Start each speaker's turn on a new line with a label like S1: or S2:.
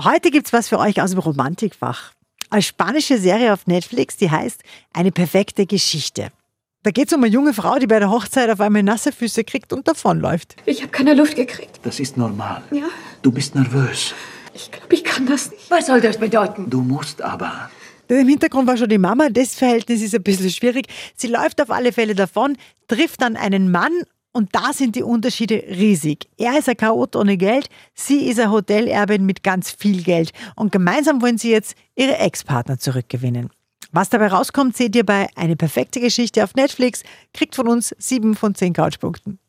S1: Heute gibt's was für euch aus dem Romantikwach. Eine spanische Serie auf Netflix, die heißt Eine perfekte Geschichte. Da geht's um eine junge Frau, die bei der Hochzeit auf einmal nasse Füße kriegt und davonläuft.
S2: Ich habe keine Luft gekriegt.
S3: Das ist normal.
S2: Ja.
S3: Du bist nervös.
S2: Ich glaube, ich kann das nicht.
S4: Was soll das bedeuten?
S3: Du musst aber.
S1: Denn Im Hintergrund war schon die Mama, das Verhältnis ist ein bisschen schwierig. Sie läuft auf alle Fälle davon, trifft dann einen Mann und da sind die Unterschiede riesig. Er ist ein Chaot ohne Geld, sie ist eine Hotelerbin mit ganz viel Geld und gemeinsam wollen sie jetzt ihre Ex-Partner zurückgewinnen. Was dabei rauskommt, seht ihr bei Eine perfekte Geschichte auf Netflix, kriegt von uns sieben von zehn Couchpunkten.